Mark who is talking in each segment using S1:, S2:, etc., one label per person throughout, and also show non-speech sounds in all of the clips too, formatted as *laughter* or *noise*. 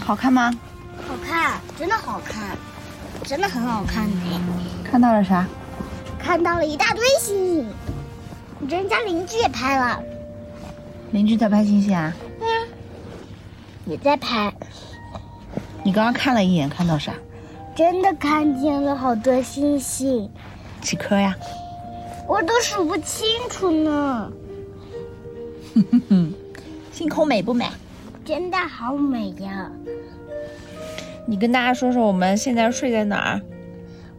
S1: 好看吗？
S2: 好看，真的好看，真的很好看呢。
S1: 看到了啥？
S2: 看到了一大堆星星，人家邻居也拍了，
S1: 邻居在拍星星啊？
S2: 嗯，也在拍，
S1: 你刚刚看了一眼，看到啥？
S2: 真的看见了好多星星，
S1: 几颗呀？
S2: 我都数不清楚呢，
S1: 星空美不美？
S2: 真的好美呀！
S1: 你跟大家说说我们现在睡在哪儿？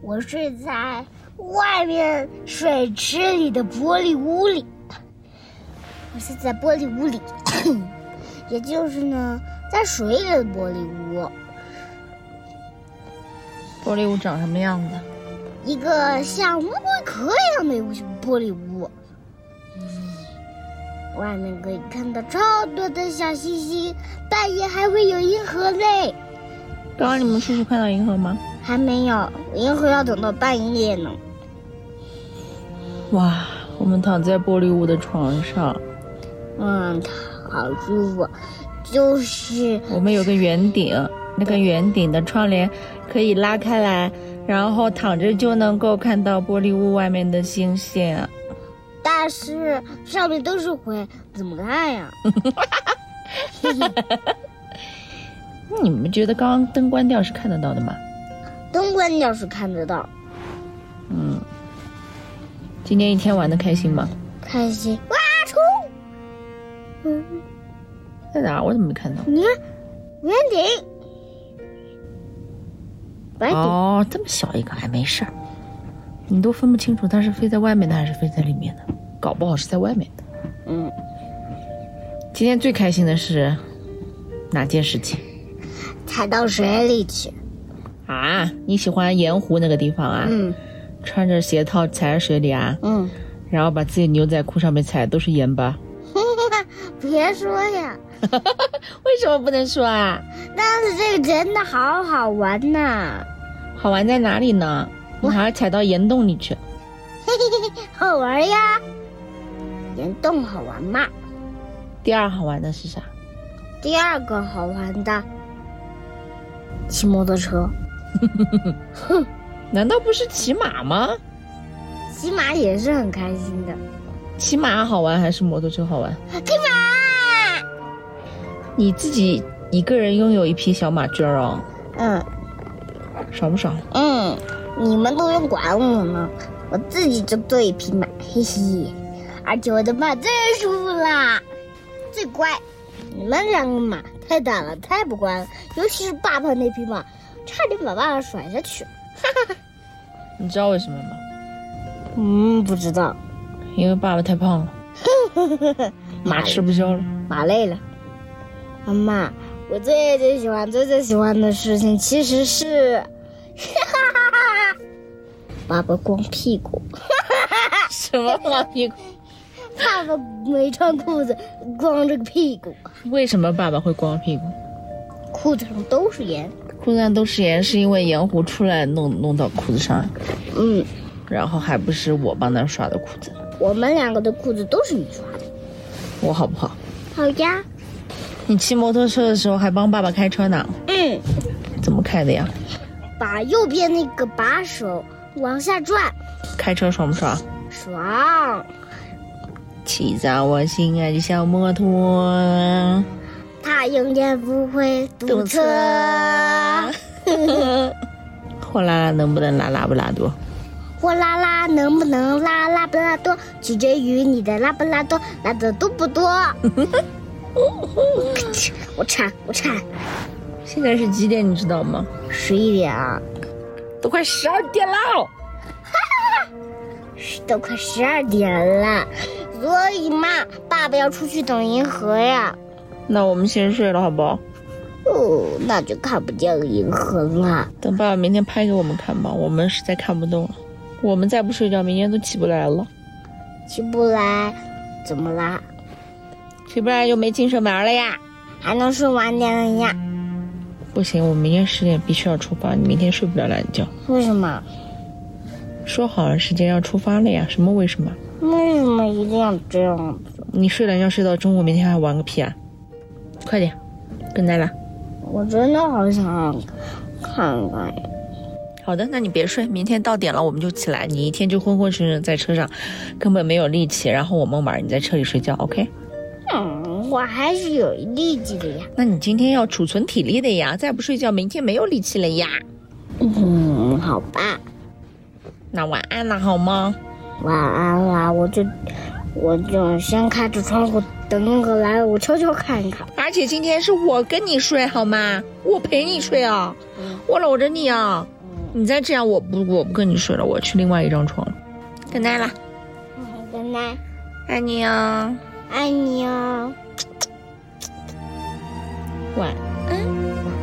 S2: 我睡在外面水池里的玻璃屋里，我是在玻璃屋里， *coughs* 也就是呢，在水里的玻璃屋，
S1: 玻璃屋长什么样子？
S2: 一个像乌龟壳一样的玻璃屋。外面可以看到超多的小星星，半夜还会有银河嘞。
S1: 刚刚你们叔叔看到银河吗？
S2: 还没有，银河要等到半夜呢。
S1: 哇，我们躺在玻璃屋的床上，
S2: 嗯，好舒服，就是
S1: 我们有个圆顶，那个圆顶的窗帘可以拉开来，然后躺着就能够看到玻璃屋外面的星星。
S2: 但是上面都是灰，怎么看呀？
S1: 你们觉得刚刚灯关掉是看得到的吗？
S2: 灯关掉是看得到，
S1: 嗯，今天一天玩的开心吗？
S2: 开心哇冲！嗯，
S1: 在哪儿？我怎么没看到？
S2: 你看圆顶，白顶、
S1: 哦，这么小一个还没事儿，你都分不清楚它是飞在外面的还是飞在里面的，搞不好是在外面的。
S2: 嗯，
S1: 今天最开心的是哪件事情
S2: 踩到水里去。
S1: 啊？你喜欢盐湖那个地方啊？
S2: 嗯
S1: 穿着鞋套踩在水里啊，
S2: 嗯， *laughs*
S1: 然后把自己牛仔裤上面踩都是盐巴，
S2: 别说呀，
S1: 为什么不能说啊？
S2: 但是这个真的好好玩呐、 *laughs*
S1: 好玩在哪里呢？你还要踩到盐洞里去，
S2: 嘿嘿嘿，好玩呀！岩洞好玩吗？
S1: 第二好玩的是啥？
S2: 第二个好玩的，骑摩托车， *laughs*
S1: 难道不是骑马吗？
S2: 骑马也是很开心的。
S1: 骑马好玩还是摩托车好玩？
S2: 骑马，
S1: 你自己一个人拥有一匹小马驹儿哦，
S2: 嗯
S1: 爽不爽？
S2: 嗯，你们都用管我呢，我自己就做一匹马，嘿嘿，而且我的马最舒服啦，最乖。你们两个马太胆了，太不乖了，尤其是爸爸那匹马，差点把爸爸甩下去。
S1: 你知道为什么吗？
S2: 嗯，不知道，
S1: 因为爸爸太胖了， *laughs* 马吃不消了。
S2: 马累了。妈妈，我最最喜欢、最最喜欢的事情其实 *laughs* 是，爸爸光屁股，
S1: 什么马屁股？
S2: 爸爸没穿裤子，光着个屁股，
S1: 为什么爸爸会光屁股？
S2: 裤子上都是盐。
S1: 裤子上都是盐，是因为盐湖出来弄弄到裤子上，
S2: 嗯，
S1: 然后还不是我帮他刷的裤子，
S2: 我们两个的裤子都是你穿的。
S1: 我好不好？
S2: 好呀，
S1: 你骑摩托车的时候还帮爸爸开车呢，
S2: 嗯，
S1: 怎么开的呀？
S2: 把右边那个把手往下转，
S1: 开车爽不爽？
S2: 爽。
S1: 骑着我心爱的小摩托。 *laughs*
S2: 他永远不会堵
S1: 堵
S2: 车
S1: 车。货拉拉能不能拉拉布拉多？
S2: 货拉拉能不能拉拉布拉多，取决于你的拉布拉多拉的多不 *laughs* 多。我铲，我铲，
S1: 现在是几点？你知道吗？
S2: 十一点啊，
S1: 都快十二点了。
S2: 都快十二点了，所以嘛，爸爸要出去等银河呀。
S1: 那我们先睡了，好不好？
S2: 哦，那就看不见银河了。
S1: 等爸爸明天拍给我们看吧。我们实在看不动了，我们再不睡觉，明天都起不来了。
S2: 起不来，怎么啦？
S1: 起不来就没精神玩了呀。
S2: 还能睡晚点呀？
S1: 不行，我明天十点必须要出发。你明天睡不了懒觉，
S2: 为什么？
S1: 说好了时间要出发了呀。什么为什么？
S2: 为什么一定要这样？
S1: 你睡懒觉睡到中午，明天还玩个屁啊！快点，跟来了。
S2: 我真的好想看看呀。
S1: 好的，那你别睡，明天到点了我们就起来。你一天就昏昏沉沉在车上，根本没有力气。然后我们玩，你在车里睡觉，OK？
S2: 嗯，我还是有力气的呀。
S1: 那你今天要储存体力的呀，再不睡觉，明天没有力气了呀。
S2: 嗯，好吧，
S1: 那晚安了，好吗？
S2: 晚安啦。我就我就先开着窗户，等那个来，我悄悄看一看。
S1: 而且今天是我跟你睡，好吗？我陪你睡啊，
S2: 嗯
S1: 我搂着你啊。
S2: 嗯，
S1: 你再这样，我不我不跟你睡了，我去另外一张床了。Good night 啦，
S2: 奶奶，
S1: 爱你啊，
S2: 爱你哦。
S1: 晚安。
S2: 晚安。